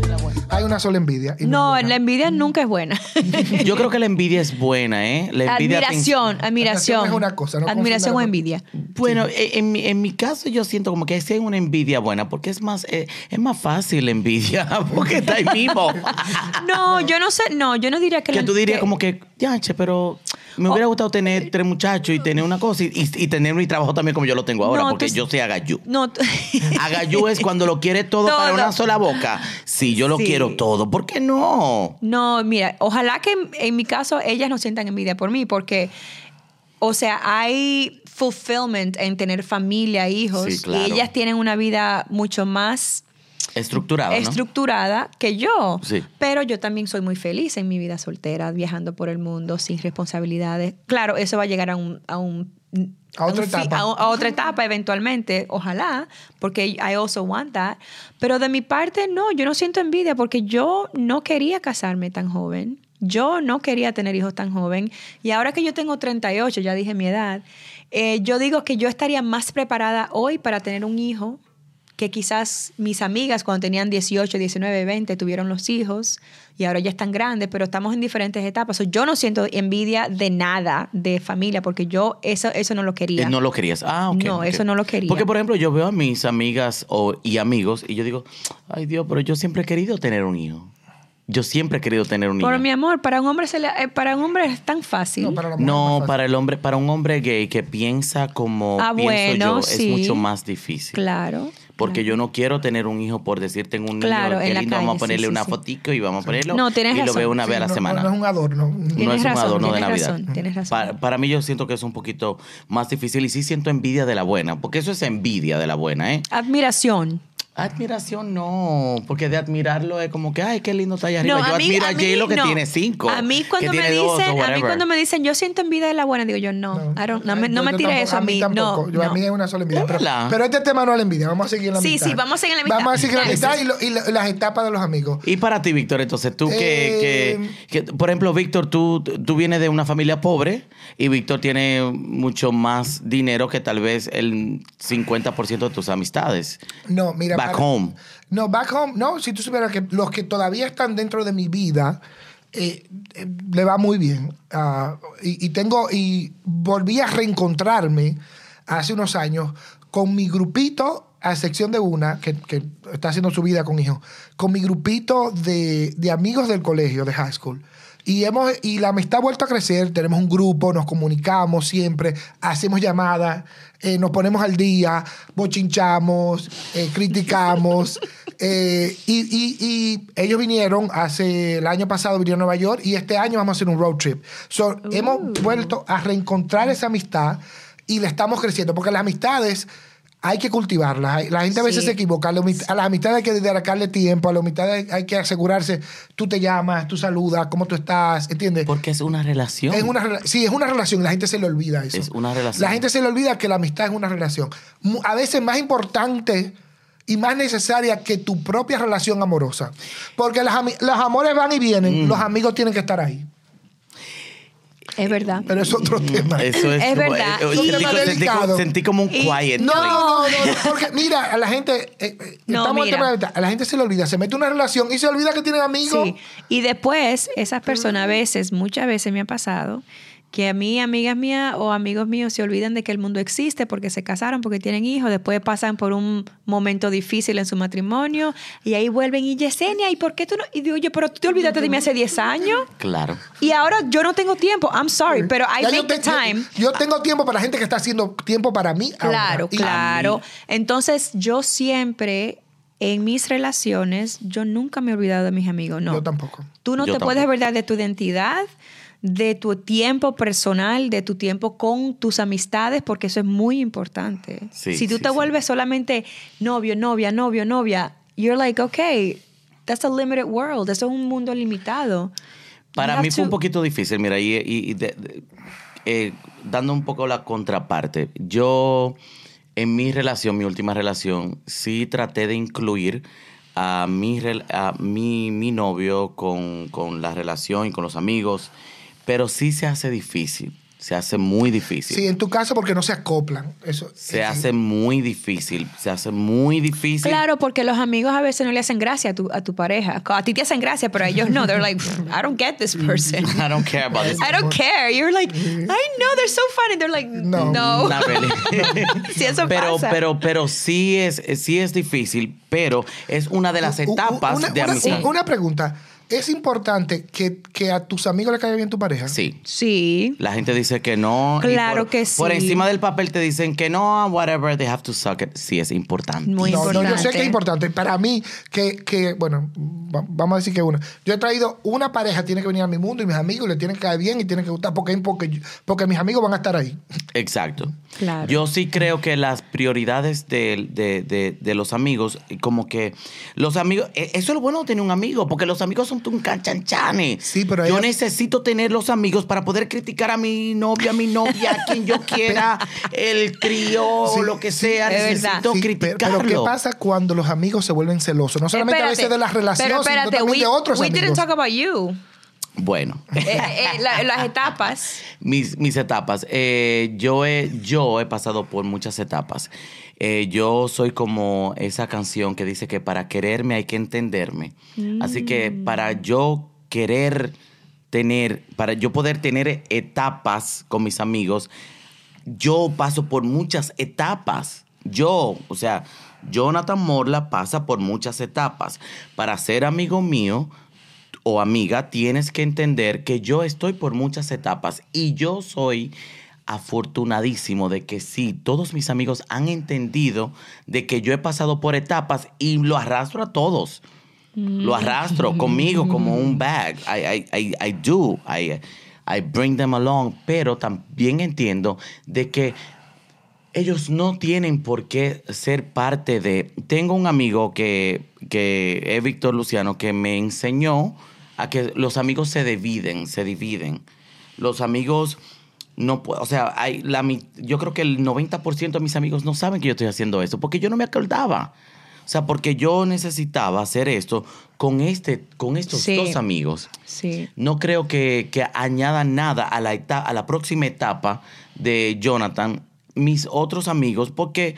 quizás o la envidia. y No, es buena. la envidia nunca es buena. Yo creo que la envidia es buena, ¿eh? La envidia te admiración, admiración. es una cosa, no admiración o confundamos. envidia. Bueno, e- en, mi- en mi caso yo siento como que sí hay una envidia buena, porque es más, eh, es más fácil la envidia, porque está ahí mismo. No, yo no sé, no, yo no diría que que la- tú dirías que- Oh. como que, yanche, pero me hubiera gustado tener tres muchachos y tener una cosa y, y- y tener mi trabajo también como yo lo tengo ahora, No, porque tú- yo soy agayú. No, tú- Agayú es cuando lo quiere todo, para Todo. una sola boca. Sí, yo lo Sí. quiero todo, ¿por qué no? No, mira, ojalá que en, en mi caso ellas no sientan envidia por mí, porque, o sea, hay fulfillment en tener familia, hijos, Sí, claro. y ellas tienen una vida mucho más Estructurado, ¿no? estructurada que yo. Sí. Pero yo también soy muy feliz en mi vida soltera, viajando por el mundo sin responsabilidades. Claro, eso va a llegar a un... A, un- A un otra fi- etapa. a, a otra etapa eventualmente, ojalá, porque I also want that. Pero de mi parte, no, yo no siento envidia porque yo no quería casarme tan joven. Yo no quería tener hijos tan joven. Y ahora que yo tengo 38, ya dije mi edad, eh, yo digo que yo estaría más preparada hoy para tener un hijo que quizás mis amigas cuando tenían 18, 19, 20 tuvieron los hijos y ahora ya están grandes, pero estamos en diferentes etapas. So, yo no siento envidia de nada de familia porque yo eso, eso no lo quería. Eh, No lo querías. Ah, ok. No, ok. eso no lo quería. Porque, por ejemplo, yo veo a mis amigas o- y amigos y yo digo, ay Dios, pero yo siempre he querido tener un hijo. Yo siempre he querido tener un hijo. Por mi amor, para un hombre se le- eh, para un hombre es tan fácil. No, para la mujer es No, fácil. para el hombre, para un hombre gay que piensa como Ah, pienso bueno, yo, sí. es mucho más difícil. Claro. Porque yo no quiero tener un hijo por decir tengo un Claro, niño, qué en la lindo, vamos calle, a sí, ponerle sí, una sí. fotico y vamos a ponerlo. No, tienes y lo razón. veo una Sí, vez a la no- semana. No, es un adorno. No Tienes es un razón, adorno de tienes Navidad. razón, tienes razón. Para, para mí yo siento que es un poquito más difícil y sí siento envidia de la buena, porque eso es envidia de la buena, ¿eh? Admiración. Admiración no, porque de admirarlo es como que, ay, qué lindo está allá arriba. yo admiro a, mí J-Lo que no. tiene cinco. A mí cuando que me tiene dos, o dicen, a mí whatever. cuando me dicen, yo siento envidia de la buena, digo yo no, I don't- no, me, Yo- no me yo tires tampoco- eso a mí, tampoco. no, Yo- A no. mí es una sola envidia. Es Pero, verdad. pero este tema no es la envidia. Vamos a seguir en la Sí, mitad. sí, vamos a seguir en la Vamos a mitad. seguir en la Claro. mitad y, lo- y la- las etapas de los amigos. Y para ti, Víctor, entonces tú que, Eh, que- que- por ejemplo, Víctor, tú, tú vienes de una familia pobre y Víctor tiene mucho más dinero que tal vez el 50% de tus amistades. No, mira. Back home. No, back home. No, si tú supieras que los que todavía están dentro de mi vida eh, eh, le va muy bien. Ah, y, y tengo. Y volví a reencontrarme hace unos años con mi grupito, a excepción de una que, que está haciendo su vida con hijos, con mi grupito de, de amigos del colegio, de high school. Y, hemos, y la amistad ha vuelto a crecer, tenemos un grupo, nos comunicamos siempre, hacemos llamadas, eh, nos ponemos al día, bochinchamos, eh, criticamos. eh, y, y- y ellos vinieron hace el año pasado, vinieron a Nueva York y este año vamos a hacer un road trip. So, Hemos vuelto a reencontrar esa amistad y la estamos creciendo, porque las amistades hay que cultivarlas. La gente a veces Sí. se equivoca. A la humi- A las amistades hay que dedicarle tiempo, a la amistad hay hay que asegurarse, tú te llamas, tú saludas, cómo tú estás, ¿entiendes? Porque es una relación. Es una rela- sí, es una relación. La gente se le olvida eso. Es una relación. La gente se le olvida que la amistad es una relación. Mu- A veces más importante y más necesaria que tu propia relación amorosa. Porque las ami- los amores van y vienen, Mm. los amigos tienen que estar ahí. Es verdad. Pero es otro tema. Eso Mm. es, Es como- verdad. Es eh, un sentí, tema co- sentí co- delicado. sentí como un Y- quiet. No, place. no, no, no, porque mira, a la gente, eh, eh, No, estamos en el mira. tema de la amistad. a la gente se le olvida, se mete en una relación y se olvida que tienen amigos. Sí. Y después, esas personas a veces, muchas veces me ha pasado que a mí, amigas mías o amigos míos se olvidan de que el mundo existe porque se casaron, porque tienen hijos, después pasan por un momento difícil en su matrimonio y ahí vuelven y Yesenia, ¿y por qué tú no? Y digo, oye, pero tú te olvidaste de mí hace 10 años Claro. y ahora yo no tengo tiempo. I'm sorry, pero I Ya make the te- time. yo tengo tiempo para la gente que está haciendo tiempo para mí. Claro, ahora. Y- claro. Entonces, yo siempre en mis relaciones, yo nunca me he olvidado de mis amigos, no. Yo tampoco. Tú no Yo te puedes tampoco. olvidar de tu identidad, de tu tiempo personal, de tu tiempo con tus amistades, porque eso es muy importante. Sí, si tú sí, te sí. vuelves solamente novio, novia, novio, novia, you're like, okay, that's a limited world, eso es un mundo limitado. You Para have mí fue un to- poquito difícil, mira, y, y- y de- de- eh, dando un poco la contraparte, yo en mi relación, mi última relación, sí traté de incluir a mi, rel- a mi, mi novio con, con la relación y con los amigos, pero sí se hace difícil. Se hace muy difícil. Sí, en tu caso porque no se acoplan. Eso, Se eh, hace muy difícil. Se hace muy difícil. Claro, porque los amigos a veces no le hacen gracia a tu, a tu pareja. A ti te hacen gracia, pero a ellos no. They're like, "Pff, I don't get this person. I don't care about this. I don't care. You're like, I know, they're so funny. They're like, No. no. Not really. Sí, eso pero, pasa. pero, pero sí es, eh, sí es difícil, pero es una de las u- u- etapas una, de una- amistad. una pregunta. ¿Es importante que, que a tus amigos le caiga bien tu pareja? Sí. Sí. La gente dice que no. y Claro por, que sí. Por encima del papel te dicen que no, whatever, they have to suck it. Sí, es importante. Muy no, no, yo sé que importante. es importante. Para mí, que, que bueno, va- vamos a decir que una. Yo he traído una pareja, tiene que venir a mi mundo y mis amigos le tienen que caer bien y tienen que gustar porque, porque, yo- porque mis amigos van a estar ahí. Exacto. Claro. Yo sí creo que las prioridades de, de- de- de los amigos, eh, como que los amigos, e- eso es lo bueno de tener un amigo, porque los amigos son un canchanchanes. Sí, pero Yo ellos- necesito tener los amigos para poder criticar a mi novia, a mi novia, a quien yo quiera, el trío, Sí, lo que sí, sea, es necesito Sí, pero- criticarlo. Pero, ¿qué pasa cuando los amigos se vuelven celosos? No solamente a veces de las relaciones, pero espérate, sino también we, de otros we amigos. didn't talk about you. Bueno. Eh, eh, la- las etapas. Mis, mis etapas. Eh, yo, he, yo he pasado por muchas etapas. Eh, yo soy como esa canción que dice que para quererme hay que entenderme. Así que para yo querer tener, para yo poder tener etapas con mis amigos, yo paso por muchas etapas. Yo, o sea, Jonathan Morla pasa por muchas etapas. Para ser amigo mío, o amiga, tienes que entender que yo estoy por muchas etapas y yo soy afortunadísimo de que sí, todos mis amigos han entendido de que yo he pasado por etapas y lo arrastro a todos. Lo arrastro conmigo como un bag. I, I, I, I do. I, I bring them along. Pero también entiendo de que ellos no tienen por qué ser parte de... Tengo un amigo que, que es Víctor Luciano que me enseñó a que los amigos se dividen, se dividen. Los amigos no puedo, o sea, hay la, mi- yo creo que el 90% de mis amigos no saben que yo estoy haciendo eso porque yo no me acordaba. O sea, porque yo necesitaba hacer esto con, este, con estos Sí. dos amigos Sí. no creo que, que añada nada a la, eta- a la próxima etapa de Jonathan, mis otros amigos, porque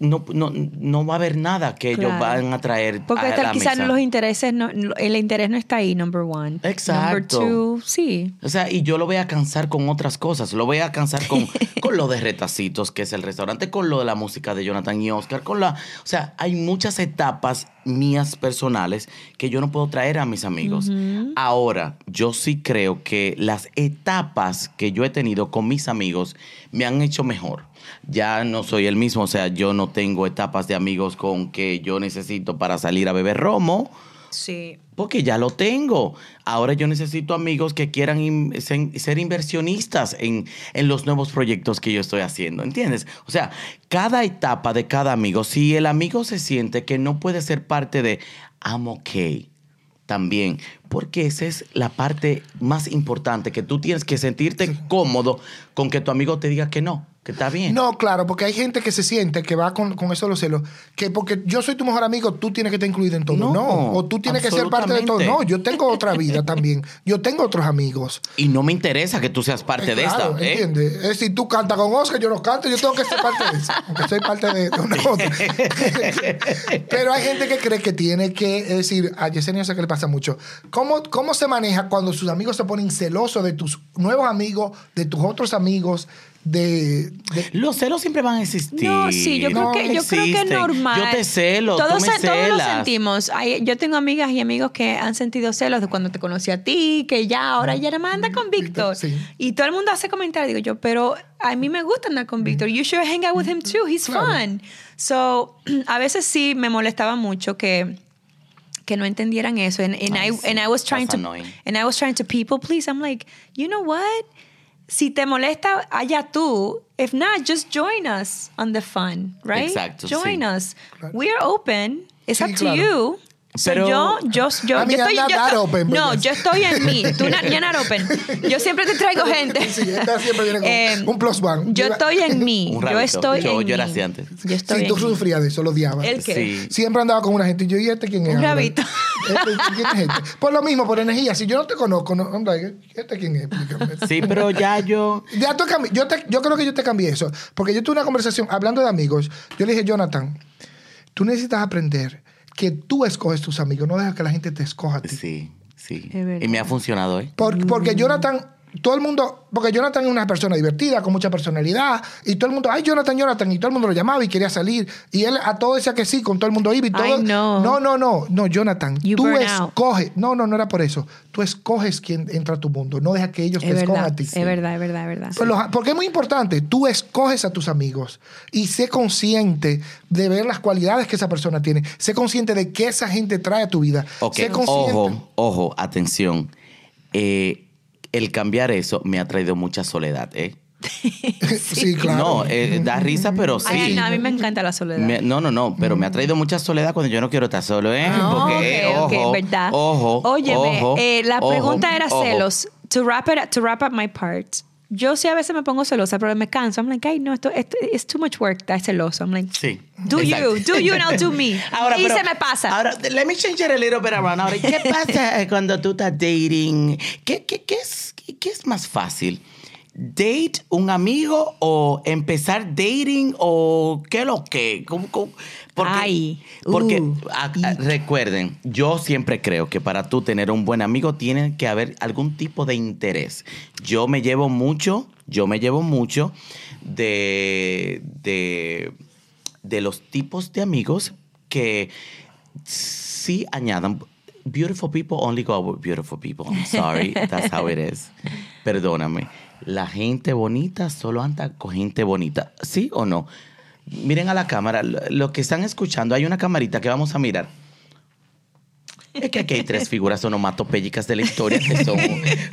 no, no, no va a haber nada que ellos Claro. van a traer. Porque a la quizás mesa. los intereses, no, el interés no está ahí, number one. Number Exacto. two, sí. O sea, y yo lo voy a cansar con otras cosas. Lo voy a cansar con, con lo de Retacitos, que es el restaurante, con lo de la música de Jonathan y Oscar, con la... O sea, hay muchas etapas mías personales que yo no puedo traer a mis amigos. Ahora, yo sí creo que las etapas que yo he tenido con mis amigos me han hecho mejor. Ya no soy el mismo, o sea, yo no tengo etapas de amigos con que yo necesito para salir a beber romo. Sí. Porque ya lo tengo. Ahora yo necesito amigos que quieran in- sen- ser inversionistas en, en los nuevos proyectos que yo estoy haciendo, ¿entiendes? O sea, cada etapa de cada amigo, si el amigo se siente que no puede ser parte de I'm okay, también, porque esa es la parte más importante, que tú tienes que sentirte cómodo con que tu amigo te diga que no, que está bien. No, claro, porque hay gente que se siente que va con, con eso de los celos. Que porque yo soy tu mejor amigo, tú tienes que estar incluido en todo. No, No, o tú tienes que ser parte de todo. No, absolutamente. yo tengo otra vida también. Yo tengo otros amigos. Y no me interesa que tú seas parte Eh, de claro, esta. ¿eh? ¿entiendes? Es decir, tú cantas con Oscar, yo no canto, yo tengo que ser parte de eso. Aunque soy parte de, de una otra. Pero hay gente que cree que tiene que, es decir, a Yesenia sé que le pasa mucho. ¿Cómo, ¿Cómo se maneja cuando sus amigos se ponen celosos de tus nuevos amigos, de tus otros amigos, de- de Los celos siempre van a existir. No, sí, yo creo, No, que, yo creo que es existen. normal. Yo te celo, todos, tú me se- todos lo celas. sentimos. Hay- yo tengo amigas y amigos que han sentido celos de cuando te conocí a ti, que ya ahora ya nada más anda con Víctor. Mm, Sí. Y todo el mundo hace comentarios. Digo yo, pero a mí me gusta andar con Víctor. You should hang out with him too. He's Mm. Claro. fun. So, a veces sí me molestaba mucho que que no entendieran eso and, and Ay, I sí, and I was trying that's to annoying. and I was trying to people please I'm like you know what si te molesta allá tú if not just join us on the fun right Exacto, join sí. us we're open it's Sí, up to claro. you So, Pero yo, yo, yo, Amiga, yo estoy, not yo that estoy- open, pues. but no, yes. yo estoy en mí. Tú na- you're not open. Yo siempre te traigo gente. Sí, esta siempre viene con Eh, un plus one. Yo Lleva- estoy en mí. yo Un rabito. estoy Yo- en yo mí. era así antes. Yo estoy Sí, tú en mí. sufrías de eso, lo odiabas. El que- Sí. Siempre andaba con una gente. Y yo, ¿y este quién es? Un ahora? rabito. Este, ¿Quién es este? Por lo mismo, por energía. Si yo no te conozco, no, I'm like, ¿este quién es? Explícame. Sí, pero ya yo. Ya tú cambi- yo, te- yo creo que yo te cambié eso. Porque yo tuve una conversación hablando de amigos. Yo le dije, Jonathan, tú necesitas aprender que tú escoges tus amigos, no dejas que la gente te escoja a ti. Sí, sí. Es verdad. Y me ha funcionado, ¿eh? Por- porque Jonathan, todo el mundo, porque Jonathan es una persona divertida, con mucha personalidad, y todo el mundo, ay, Jonathan, Jonathan, y todo el mundo lo llamaba y quería salir, y él a todo decía que sí, con todo el mundo iba y todo. Ay, no. no, no, no, no, Jonathan, You tú burn escoges, no, no, no era por eso, tú escoges quién entra a tu mundo, no dejas que ellos Es te escojan verdad, a ti. es verdad, es verdad, es verdad. Pero los- porque es muy importante, tú escoges a tus amigos y sé consciente de ver las cualidades que esa persona tiene, sé consciente de qué esa gente trae a tu vida, Ok, sé consciente. ojo, ojo, atención. Eh, el cambiar eso me ha traído mucha soledad, ¿eh? Sí, claro. No, eh, da risa, pero sí. Ay, no, a mí me encanta la soledad. Me- no, no, no, pero me ha traído mucha soledad cuando yo no quiero estar solo, ¿eh? No, Porque, Ah, ok, ok, ojo, verdad. ojo, Óyeme, ojo, eh, la ojo, pregunta era ojo. celos. To wrap, it, to wrap up my part. Yo sí a veces me pongo celosa, pero me canso. I'm like, ay, no, esto, esto it's too much work. That's celoso. I'm like, Sí. do exacto. you, do you, now do me. Ahora, y pero- se me pasa. Ahora, let me change it a little bit around. Ahora, ¿qué pasa eh, cuando tú estás dating? ¿Qué, qué, qué es, qué, qué es más fácil? ¿Date un amigo o empezar dating o qué lo que? ¿Cómo- cómo? Porque, Ay, porque uh, a- a- recuerden, yo siempre creo que para tú tener un buen amigo tiene que haber algún tipo de interés. Yo me llevo mucho, yo me llevo mucho de, de, de los tipos de amigos que sí añadan. Beautiful people only go out with beautiful people. I'm sorry, that's how it is. Perdóname. La gente bonita solo anda con gente bonita. ¿Sí o no? Miren a la cámara. Lo- Los que están escuchando, hay una camarita que vamos a mirar. Es que aquí hay tres figuras onomatopélicas de la historia que son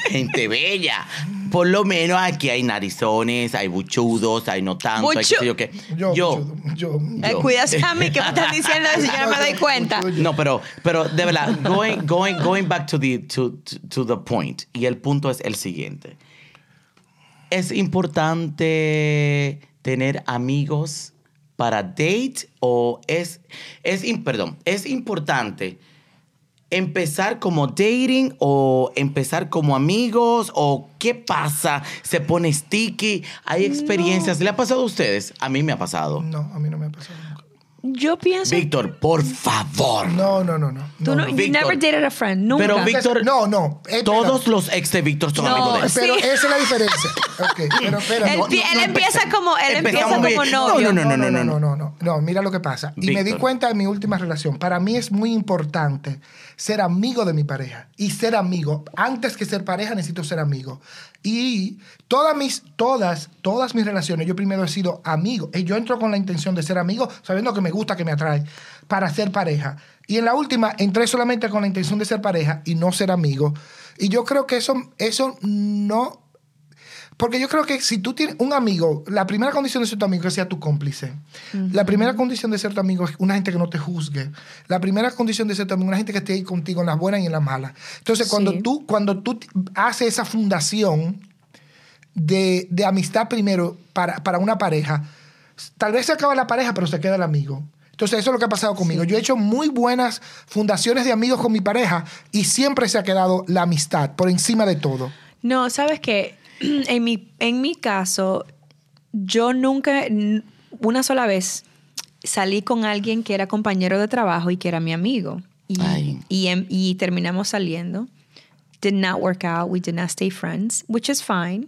gente bella. Por lo menos aquí hay narizones, hay buchudos, hay no tanto, hay qué sé yo qué. Yo, Yo, yo, yo. Ay, yo. cuídate Eh, a mí que me estás diciendo eso. Yo no me doy cuenta. No, pero, pero de verdad, going, going, going back to the, to, to, to the point, y el punto es el siguiente. ¿Es importante tener amigos para date o es, es im- perdón, es importante empezar como dating o empezar como amigos o qué pasa? ¿Se pone sticky? ¿Hay experiencias? ¿Le ha pasado a ustedes? A mí me ha pasado. No, a mí no me ha pasado nunca. Yo pienso. Víctor, por favor. No, no, no, no. tú no, no. you Víctor. never dated a friend. Nunca. Pero Víctor- no, no. eh, Todos espera. los ex de Víctor son No, amigos de él. sí. Pero esa es la diferencia. Ok, pero espera. él, no, pi- no, él no, empieza como, él empieza Empezamos como bien. No, novio. no, no, no, no, no, no, no. No, mira lo que pasa. Y me di Víctor. cuenta en mi última relación. Para mí es muy importante ser amigo de mi pareja. Y ser amigo. Antes que ser pareja, necesito ser amigo. Y todas mis, todas, todas mis relaciones, yo primero he sido amigo. Y yo entro con la intención de ser amigo, sabiendo que me gusta, que me atrae, para ser pareja. Y en la última, entré solamente con la intención de ser pareja y no ser amigo. Y yo creo que eso, eso no porque yo creo que si tú tienes un amigo, la primera condición de ser tu amigo es que sea tu cómplice. La primera condición de ser tu amigo es una gente que no te juzgue. La primera condición de ser tu amigo es una gente que esté ahí contigo en las buenas y en las malas. Entonces, cuando Sí. tú, cuando tú t- haces esa fundación de, de amistad primero para, para una pareja, tal vez se acaba la pareja, pero se queda el amigo. Entonces, eso es lo que ha pasado conmigo. Yo he hecho muy buenas fundaciones de amigos con mi pareja y siempre se ha quedado la amistad por encima de todo. No, sabes que en mi, en mi caso, yo nunca, n- una sola vez, salí con alguien que era compañero de trabajo y que era mi amigo. Y, Ay. y, em- y terminamos saliendo. Did not work out, we did not stay friends, which is fine.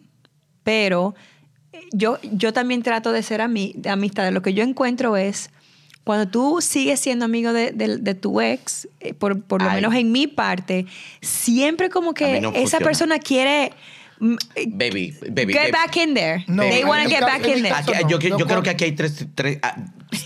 Pero eh, yo, yo también trato de ser ami- de amistad. Lo que yo encuentro es, cuando tú sigues siendo amigo de, de- de tu ex, eh, por, por lo Ay. menos en mi parte, siempre como A mí que no esa funciona. persona quiere mm, Baby, baby. get baby. back in there. No, They en want to mi get caso- back en in mi there. caso- Aquí- Eso no, yo que- yo no creo corta. que aquí hay tres. tres- ah,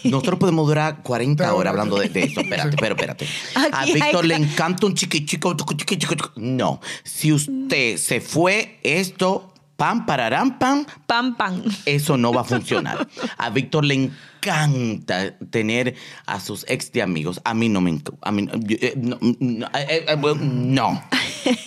nosotros podemos durar 40 horas hablando de, de eso. Espérate, pero espérate. A Aquí hay- Víctor le encanta un chiqui chico. tucu, chiqui, chico, tucu. No. Si usted se fue, esto pam, pararán, pam, Pam, pam. eso no va a funcionar. A Víctor le encanta tener a sus ex de amigos. A mí no me enc- a mí no- yo- eh, no, no, eh, eh, bueno, no.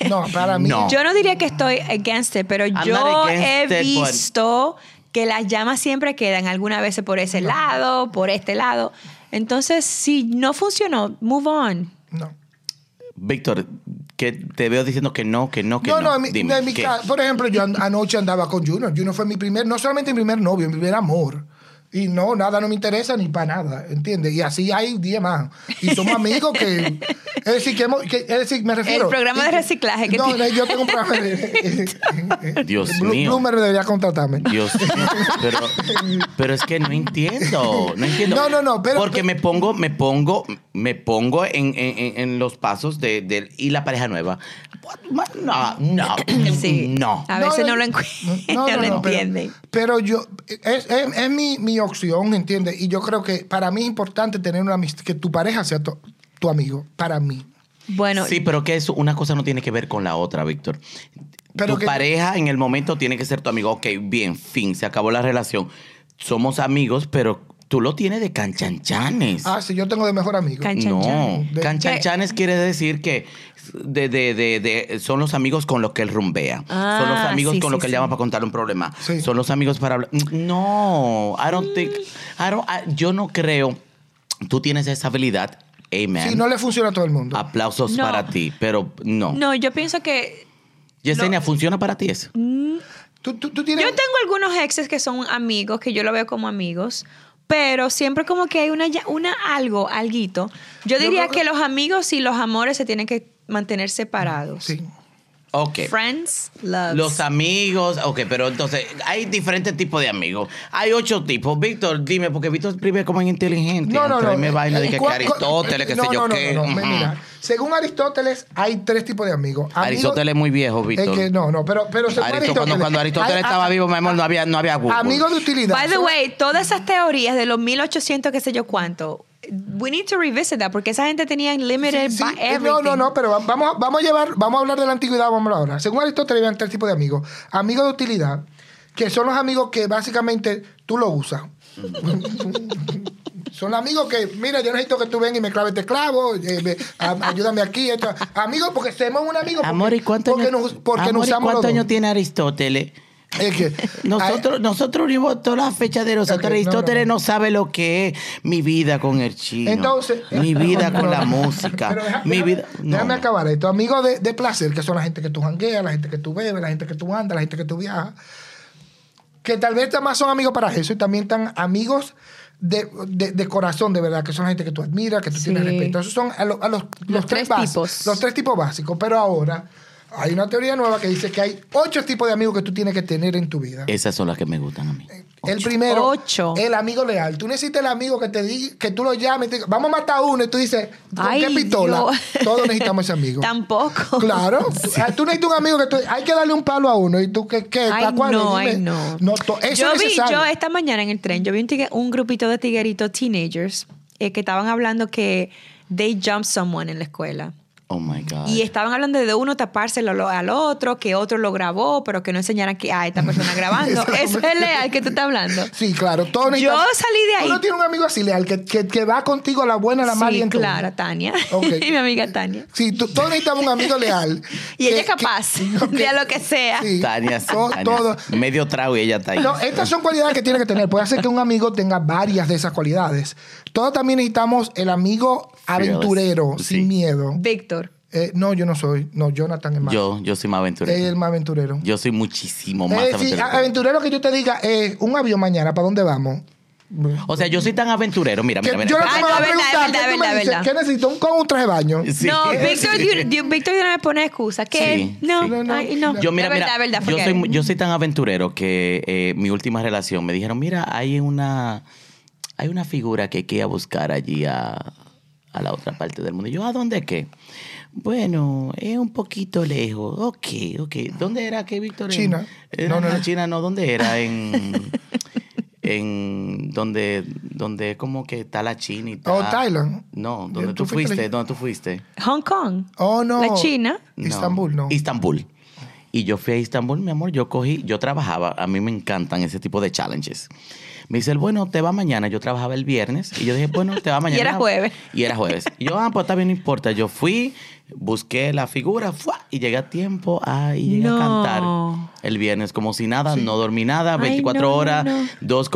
No, para mí. No. Yo no diría que estoy against it, pero yo not against he it, but- visto que las llamas siempre quedan algunas veces por ese lado, por este lado. Entonces, si no funcionó, move on. No. Víctor, que te veo diciendo que no, que no, que no. no, en mi- Dime, en mi ¿qué? ca- por ejemplo, yo an- anoche andaba con Juno. Juno fue mi primer, no solamente mi primer novio, mi primer amor. Y no, nada no me interesa ni para nada, ¿entiendes? Y así hay 10 más. Y somos amigos que... Es decir, que, hemos- que- es decir, me refiero... programa de y- reciclaje que No, tiene. yo tengo un programa de... Dios Blu- mío. Bloomer debería contratarme. Dios mío, pero, pero es que no entiendo, no entiendo. No, no, no, pero- porque me pongo, me pongo, me pongo en, en- en- en los pasos de, del- y la pareja nueva. What? No, no, Sí. no. A veces no lo encu- no lo pero- entienden. Pero, yo, es, es- es mi, mi opción, ¿entiendes? Y yo creo que para mí es importante tener una amistad, que tu pareja sea tu, tu amigo, para mí. Bueno, sí, pero que eso, una cosa no tiene que ver con la otra, Víctor. Pero tu que- pareja en el momento tiene que ser tu amigo. Ok, bien, fin, se acabó la relación. Somos amigos, pero tú lo tienes de canchanchanes. Ah, sí, yo tengo de mejor amigo. Can- Canchanchan. No, canchanchanes quiere decir que de, de- de- de- son los amigos con los que él rumbea. Ah, son los amigos sí, con los sí, que él sí. llama para contar un problema. Sí. Son los amigos para hablar. No, I Mm. don't think. I don't- I- yo no creo. Tú tienes esa habilidad. Amen. Sí, no le funciona a todo el mundo. Ah. Aplausos No. para ti, pero no. no, yo pienso que Yesenia, ¿funciona para ti eso? Tú, tú- tú tienes... Yo tengo algunos exes que son amigos, que yo lo veo como amigos, pero siempre como que hay una, ya- una algo, alguito. Yo Yo diría creo que... que- los amigos y los amores se tienen que mantener separados. Sí. Ok. Friends, loves. Los amigos, ok, pero entonces hay diferentes tipos de amigos. Hay ocho tipos. Víctor, dime, porque Víctor escribe como en inteligente. No, no, no. Tráeme vaina de que, Eh, que cua- Aristóteles, que no, sé yo no, no, qué. no, no. Ujú. Mira, según Aristóteles, hay tres tipos de amigos. Amigos- Aristóteles es muy viejo, Víctor. Es que no, no, pero, pero según Aristó- cuando, cuando Aristóteles hay- estaba pues. a- vivo, mi amor, no había, no había Google. Ah, Amigos de utilidad. By the Son- way, todas esas teorías de los 1800, qué sé yo cuánto, we need to revisit that, porque esa gente tenía limited Sí, by eh, no, no, everything. no, pero va- vamos, a- vamos a llevar, vamos a hablar de la antigüedad, vamos a hablar ahora. Según Aristóteles habían tres tipos de amigos. Amigos de utilidad, que son los amigos que básicamente tú lo usas. Son los amigos que, mira, yo necesito que tú vengas y me claves este clavo, eh, me- a- ayúdame aquí. esto. Amigos, porque somos un amigo. Porque, Amor, ¿y cuántos porque años, nos, porque nos amor, ¿y usamos cuántos los años dos. tiene Aristóteles? Es que, Nosotros, nosotros unimos todas las fechas de nosotros. Ok, no, Aristóteles no. no, sabe lo que es mi vida con el chino. Entonces- mi vida con la No, no. música. Pero deja- mi déjame, vida. no, déjame no. acabar esto. Amigos de, de placer, que son la gente que tú jangueas, la gente que tú bebes, la gente que tú andas, la gente que tú viajas. Que tal vez más son amigos para eso y también están amigos de, de- de corazón, de verdad, que son la gente que tú admiras, que tú tienes Sí. respeto. Esos son a lo- a los, los Los tres, tres bas- tipos. Los tres tipos básicos. Pero ahora hay una teoría nueva que dice que hay ocho tipos de amigos que tú tienes que tener en tu vida. Esas son las que me gustan a mí. El primero, Ocho. el amigo leal. Tú necesitas el amigo que te diga, que tú lo llames, y te diga, vamos a matar a uno y tú dices, ¿con Ay, qué pistola? Dios. Todos necesitamos ese amigo. Tampoco. Claro, Ah, tú necesitas un amigo que tú, hay que darle un palo a uno y tú qué, qué, Ay, ¿Para cuándo? no, Dime. ay, no. to- eso yo es vi, necesario. yo esta mañana en el tren, yo vi un, tige- un grupito de tigueritos teenagers eh, que estaban hablando que they jumped someone en la escuela. Oh my God. Y estaban hablando de uno tapárselo lo- al otro, que otro lo grabó, pero que no enseñaran que a esta persona grabando. Eso es leal que tú estás hablando. Sí, claro, todos Yo necesitan- salí de ahí. Tú no tienes un amigo así leal que, que, que va contigo a la buena, a la mala y sí, en todo. claro, Tania. Ok. y mi amiga Tania. Sí, tú, todos necesitamos un amigo leal. Y ella es capaz de a lo que sea. sí, Tania, to- Tania, todo. medio trago y ella está ahí. No, estas son cualidades que tiene que tener. Puede hacer que un amigo tenga varias de esas cualidades. Todos también necesitamos el amigo aventurero, Fearless. sin Sí. miedo. Víctor. Eh, no, yo no soy. No, Jonathan es más. yo, yo soy más aventurero. Es el más aventurero. Yo soy muchísimo Eh, más sí, aventurero. a- aventurero que yo te diga, eh, un avión mañana, ¿para dónde vamos? O sea, yo soy tan aventurero. Mira, Que mira, mira. yo le Ah, pongo no, la es verdad, pregunta, es verdad, ¿qué tú me es verdad, dices? es verdad. ¿Qué necesito? ¿Un con un traje de baño? Sí. No, Víctor, di- di- Víctor no me pone excusa. Que Sí, él- no, sí. No, no. ay, no. Yo, mira, Es mira, verdad, es verdad, yo, forget soy, it. mu- yo soy tan aventurero que eh, mi última relación me dijeron, mira, hay una, hay una figura que hay que ir a buscar allí a, a la otra parte del mundo. Y yo, ¿a dónde qué? Bueno, es un poquito lejos. Ok, ok. ¿Dónde era que Víctor? China. En, No, no, no, no, no. China no. ¿Dónde era? En... en donde donde como que está la China y está- Oh, Thailand. no donde ¿Tú tú fuiste fuiste ahí? donde tú fuiste Hong Kong. Oh, no. La China. no. Istanbul, no. Istanbul. Y yo fui a Istanbul, mi amor, yo cogí, yo trabajaba, a mí me encantan ese tipo de challenges. Me dice, el, bueno, te va mañana. Yo trabajaba el viernes y yo dije, bueno, te va mañana. Y era jueves. Y era jueves. Y yo, ah, pues está bien, no importa. Yo fui, busqué la figura, ¡fua! y llegué a tiempo, ay, llegué No. a cantar el viernes como si nada, no dormí nada, Ay, 24 no, horas, no. dos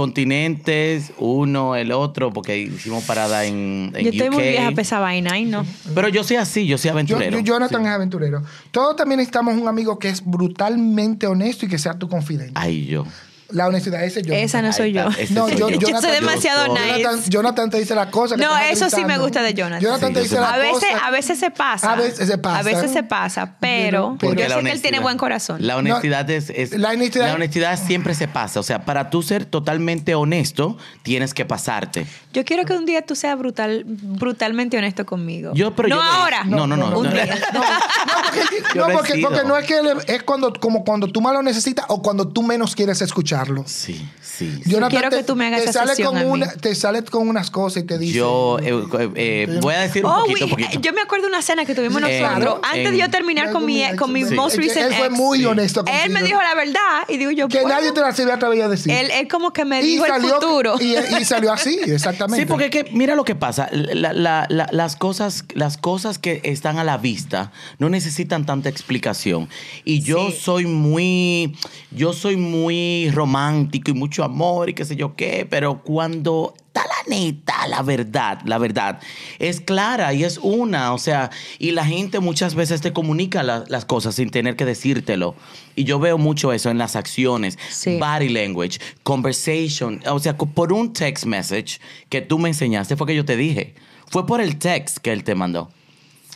continentes, uno, el otro, porque hicimos parada en, en Yo estoy muy UK. vieja para esa vaina, ay no. Pero yo soy así, yo soy Yo, aventurero. yo- Jonathan Sí. es aventurero. Todos también necesitamos un amigo que es brutalmente honesto y que sea tu confidente. Ay, yo. La honestidad ese es yo. Esa no soy yo. Ahí está, No, ese yo- soy yo soy demasiado soy- nice. Jonathan, Jonathan te dice las cosas. que No, te deja eso sí me gritando. gusta de Jonathan. Jonathan Sí, te yo dice soy- las A veces, cosas. a veces se pasa. A veces se pasa. A veces se pasa, pero Pero- yo Porque la sé que él tiene honestidad- buen corazón. La honestidad es, es- la honestidad- la honestidad siempre se pasa. O sea, para tú ser totalmente honesto, tienes que pasarte. Yo quiero que un día tú seas brutal, brutalmente honesto conmigo. Yo, pero no yo- ahora. No, no, no, un no. día. No, no, porque, Yo no, porque- decido. porque no es que él- es cuando, como cuando tú más lo necesitas o cuando tú menos quieres escucharlo. Sí, sí. sí. Jonathan Quiero te- que tú me hagas te esa sale sesión con a mí. una, Te sale con unas cosas y te dice. Yo eh, eh, eh, voy a decir un Oh, poquito, we- poquito. yo me acuerdo de una cena que tuvimos Eh, nosotros. claro, antes en- de yo terminar con mi, con mi Sí. most Él- recent Él fue ex. muy honesto Él me contigo. digo la verdad y digo yo Que bueno, nadie te la se había atrevido a decir. él, él como que me dijo el futuro Y, y salió así, exactamente. Sí, porque es que mira lo que pasa. La- la- la- las, cosas, las cosas que están a la vista no necesitan tanta explicación. Y yo Sí. soy muy, yo soy muy romántico y mucho amor y qué sé yo qué, pero cuando está la neta, la verdad, la verdad, es clara y es una. O sea, y la gente muchas veces te comunica la- las cosas sin tener que decírtelo. Y yo veo mucho eso en las acciones. Sí. Va body language, conversation. O sea, co- por un text message que tú me enseñaste fue que yo te dije. Fue por el text que él te mandó.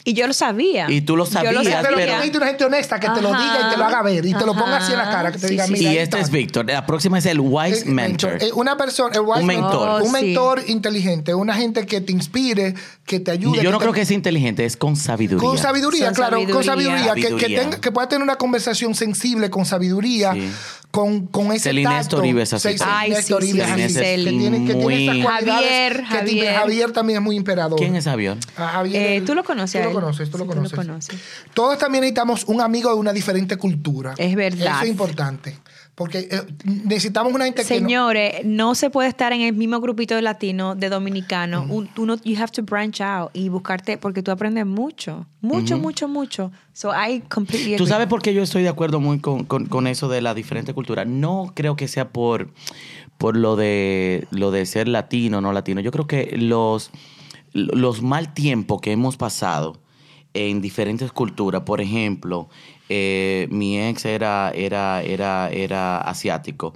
y yo lo sabía. Y tú lo Yo lo sabías, Pero tú pero- necesitas una gente honesta que te lo Ajá. diga y te lo haga ver y te lo ponga así en la cara, que te Ajá. diga, Sí, sí. mira. y ahí este es está". Víctor. La próxima es el wise Eh, mentor. eh, Una persona, el wise Un mentor. un Oh, sí. mentor inteligente, una gente que te inspire, que te ayude. yo no te- creo que es inteligente, es con sabiduría. Con sabiduría, Con claro, con sabiduría. sabiduría. Que, que, Sabiduría. tenga- que pueda tener una conversación sensible, con sabiduría, Sí. con, con ese Celina tacto. Estoribe es así Sí, también. Ay, Celina sí, Estoribe sí, es sí, así. Celina Que es tiene, que tiene muy- esas cualidades. Javier, que tiene- Javier. Javier también es muy imperador. ¿Quién es Avión? Ah, Javier, Eh, el- tú lo conoces. a Tú lo él. conoces, tú lo Sí, conoces. Tú lo conoces. Todos también necesitamos un amigo de una diferente cultura. Es verdad. Eso es importante. Porque eh, necesitamos una gente que. no- Señores, no se puede estar en el mismo grupito de latino, de dominicano. Un- Uno, you have to branch out y buscarte, porque tú aprendes mucho, mucho, mucho, mucho. So I completely ¿Tú agree. sabes por qué yo estoy de acuerdo muy con, con- con eso de la diferente cultura? No creo que sea por, por lo, de, lo de ser latino no latino. Yo creo que los, los mal tiempos que hemos pasado en diferentes culturas, por ejemplo, eh, mi ex era, era, era, era asiático.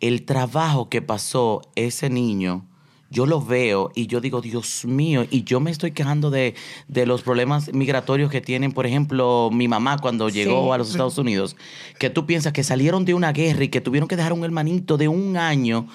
El trabajo que pasó ese niño yo lo veo y yo digo, Dios mío, y yo me estoy quejando de, de los problemas migratorios que tienen, por ejemplo, mi mamá cuando Sí. llegó a los Estados Unidos, que tú piensas que salieron de una guerra y que tuvieron que dejar un hermanito de un año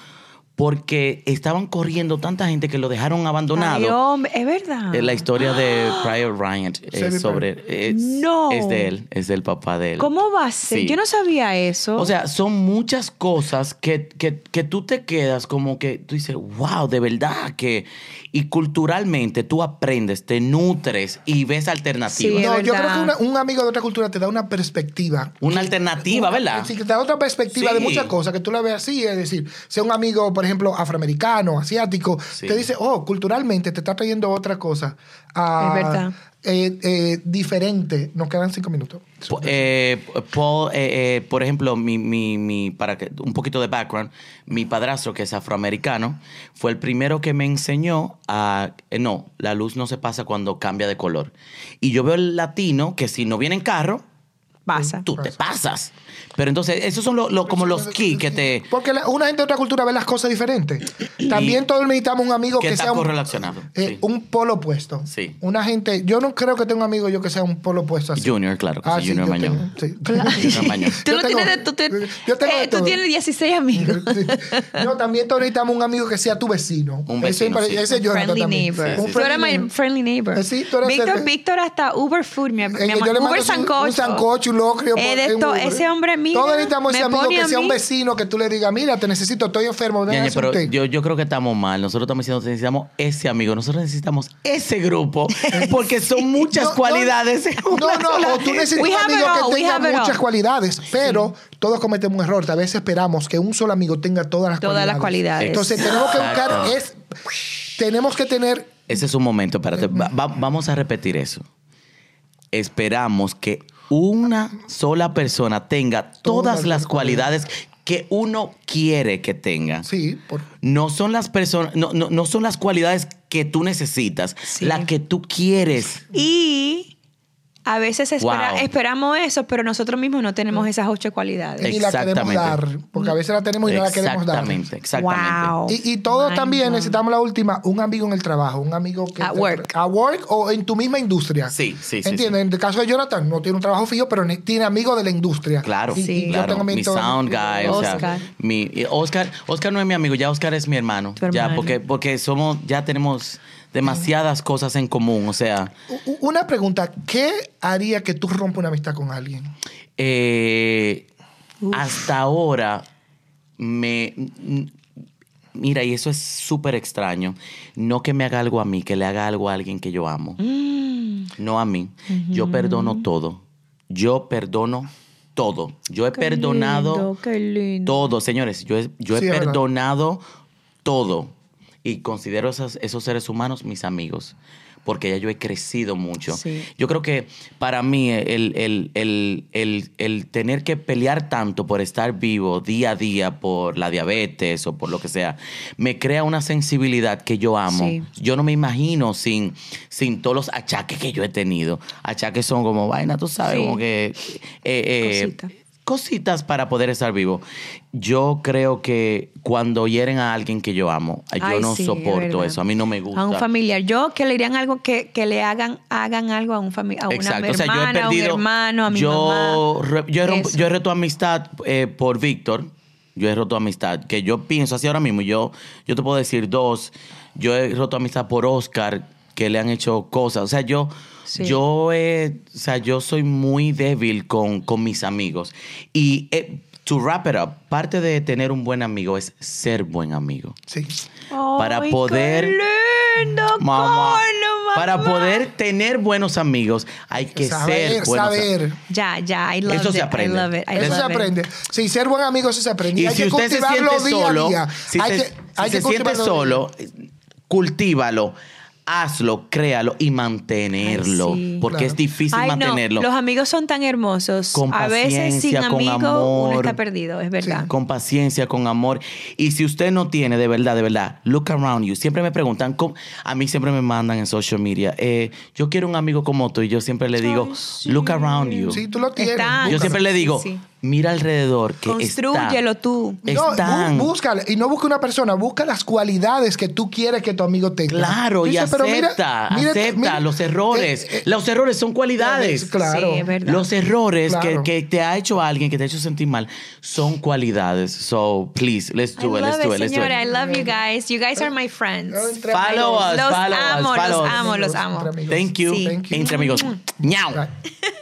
porque estaban corriendo tanta gente que lo dejaron abandonado. Ay, hombre, es verdad. Eh, La historia de Prior Ryan Sí, eh, mi sobre... Es, Ah. No. es de él, es del papá de él. ¿Cómo va a ser? Sí. Yo no sabía eso. O sea, son muchas cosas que, que- que tú te quedas como que tú dices, wow, de verdad que... Y culturalmente tú aprendes, te nutres y ves alternativas. Sí. No, yo verdad. creo que una- un amigo de otra cultura te da una perspectiva. Una alternativa, ¿verdad? Sí, que te da otra perspectiva Sí. de muchas cosas que tú la ves así. Es decir, sea un amigo, por ejemplo, afroamericano, asiático, Sí. te dice, oh, culturalmente te está trayendo otra cosa. Ah, Es verdad. eh, eh, diferente. Nos quedan cinco minutos. Po- eh, Paul, eh, eh, por ejemplo, mi, mi- mi- para que, un poquito de background, mi padrastro, que es afroamericano, fue el primero que me enseñó a... eh, no, la luz no se pasa cuando cambia de color. Y yo veo el latino que si no viene en carro, pasa. tú te pasas. Pero entonces, esos son lo- lo- como los key que te... Porque la- una gente de otra cultura ve las cosas diferentes. También todos necesitamos un amigo que que, está sea un, correlacionado, eh, sí. un polo opuesto. Sí. Una gente, yo no creo que tenga un amigo yo que sea un polo opuesto así. Junior, claro, que Ah, sí, sí, Junior yo Mañón. tengo, sí. Claro. Yo también. Tú Yo no tengo- tienes de- tú te- yo tengo eh, de tú todo. tienes 16 amigos. Sí. No, también todos necesitamos un amigo que sea tu vecino. Un Ese vecino, pare- sí. Ese, yo friendly también. neighbor. Sí, sí, Un sí. Tú eras friendly my neighbor. friendly neighbor. Eh, sí, tú eres Víctor, el- Víctor hasta Uber Food, mi, mi Eh, amor. yo le mando un- Uber un sancocho. sancocho, un locrio, Eh, de por- esto- un- ese hombre, mira, Todos necesitamos me ese amigo pone que a sea un mí. vecino que tú le digas, mira, te necesito, estoy enfermo, ven a Ñaña, hacer un pero té". yo, yo creo que estamos mal. Nosotros estamos diciendo necesitamos ese amigo, nosotros necesitamos ese grupo, porque son muchas No, no, cualidades. en No, una no, sola o tú gente. We necesitas have un amigo it all, que we tenga have it all. muchas cualidades, pero todos cometemos un error. A veces esperamos que un solo amigo tenga todas las Todas cualidades. las cualidades. Entonces tenemos que buscar, Exacto. es, tenemos que tener Ese es un momento, espérate. Va- va- vamos a repetir eso. Esperamos que una sola persona tenga todas las cualidades que uno quiere que tenga. Sí, por- No son las personas, no, no, no son las cualidades que tú necesitas, Sí. las que tú quieres. Y a veces espera- Wow. esperamos eso, pero nosotros mismos no Mm. tenemos esas ocho cualidades. ni la queremos Exactamente. dar, porque a veces la tenemos y no la queremos dar. Exactamente, exactamente. Wow. Y, y todos Mind también blown. necesitamos la última, un amigo en el trabajo, un amigo que... At work. A work o en tu misma industria. Sí, sí, sí, ¿Entiendes? En el caso de Jonathan, no tiene un trabajo fijo, pero ne- tiene amigos de la industria. Claro, Y- y Sí. yo claro. tengo Mi amigos- sound guy, o sea, Oscar. mi y Oscar, Oscar no es mi amigo, ya Oscar es mi hermano. Tu Ya, hermano. porque, porque somos, ya tenemos demasiadas cosas en común. O sea, U- u- Una pregunta, ¿qué haría que tú rompas una amistad con alguien? eh, hasta ahora me n- mira, y eso es súper extraño. No que me haga algo a mí, que le haga algo a alguien que yo amo. Mm, No a mí. Yo perdono todo. Yo perdono todo. Yo he qué perdonado. lindo, qué lindo. Todo, señores, yo he, yo he Sí, es verdad. perdonado todo. Y considero esas- esos seres humanos mis amigos. Porque ya yo he crecido mucho. Sí. Yo creo que para mí el, el- el- el- el tener que pelear tanto por estar vivo día a día, por la diabetes o por lo que sea, me crea una sensibilidad que yo amo. Sí. Yo no me imagino sin, sin todos los achaques que yo he tenido. Achaques son como vaina, tú sabes, Sí. como que... eh, eh, Cosita. cositas para poder estar vivo. Yo creo que cuando hieren a alguien que yo amo, yo Ay, no sí, es soporto verdad. eso, a mí no me gusta. A un familiar. Yo que le dirían algo, que, que le hagan, hagan algo a un familiar, a una Exacto, o sea, yo he hermana, perdido. a un hermano, a mi yo, mamá. re- yo, he romp- Eso. yo he roto amistad eh, por Víctor. Yo he roto amistad, que yo pienso así ahora mismo. Yo, yo te puedo decir dos. Yo he roto amistad por Oscar, que le han hecho cosas. O sea, yo, Sí. yo, eh, o sea, yo soy muy débil con, con mis amigos. Y eh, to wrap it up, parte de tener un buen amigo es ser buen amigo. Sí. para Ay, poder- Qué lindo, Mamá, coño, mamá. para poder tener buenos amigos hay que saber, ser buenos saber. Ya, ya, I love Eso se it. aprende. I love it. I Eso se love it. aprende. Sí, ser buen amigo, eso se aprende. Y hay si que usted se cultivarlo siente día solo, a día. si hay se, que, si hay se que siente cultivarlo. solo, cultívalo, hazlo, créalo y mantenerlo. Ay, sí. Porque Claro. es difícil Ay, no, mantenerlo. Los amigos son tan hermosos. Con a veces sin paciencia, con amigo amor. uno está perdido, es Ah. verdad. Con paciencia, con amor. Y si usted no tiene, de verdad, de verdad, look around you. Siempre me preguntan, ¿cómo? a mí siempre me mandan en social media, eh, yo quiero un amigo como tú. Y yo siempre le digo, Ay, sí. look around you. Sí, tú lo tienes. Están. Yo búscalo. siempre le digo, Sí, sí. mira alrededor que Constrúyelo está- tú. No, están. bú- búscala. Y no busca una persona, busca las cualidades que tú quieres que tu amigo tenga. Claro, y Dice, acepta, pero mira- mira- acepta mira- los errores. eh, eh, los errores son cualidades. Claro. Sí, es verdad. Los errores Claro. que, que te ha hecho alguien, que te ha hecho sentir mal, son cualidades. So, please, let's I do it, let's love do it, it, let's do señora. I it. love you guys. You guys are my friends. No, entre Follow amigos. us, Los follow us, amo, follow los us. amo, los amo. Entre amigos. Thank you. Thank you. Entre amigos. Ñau. Right.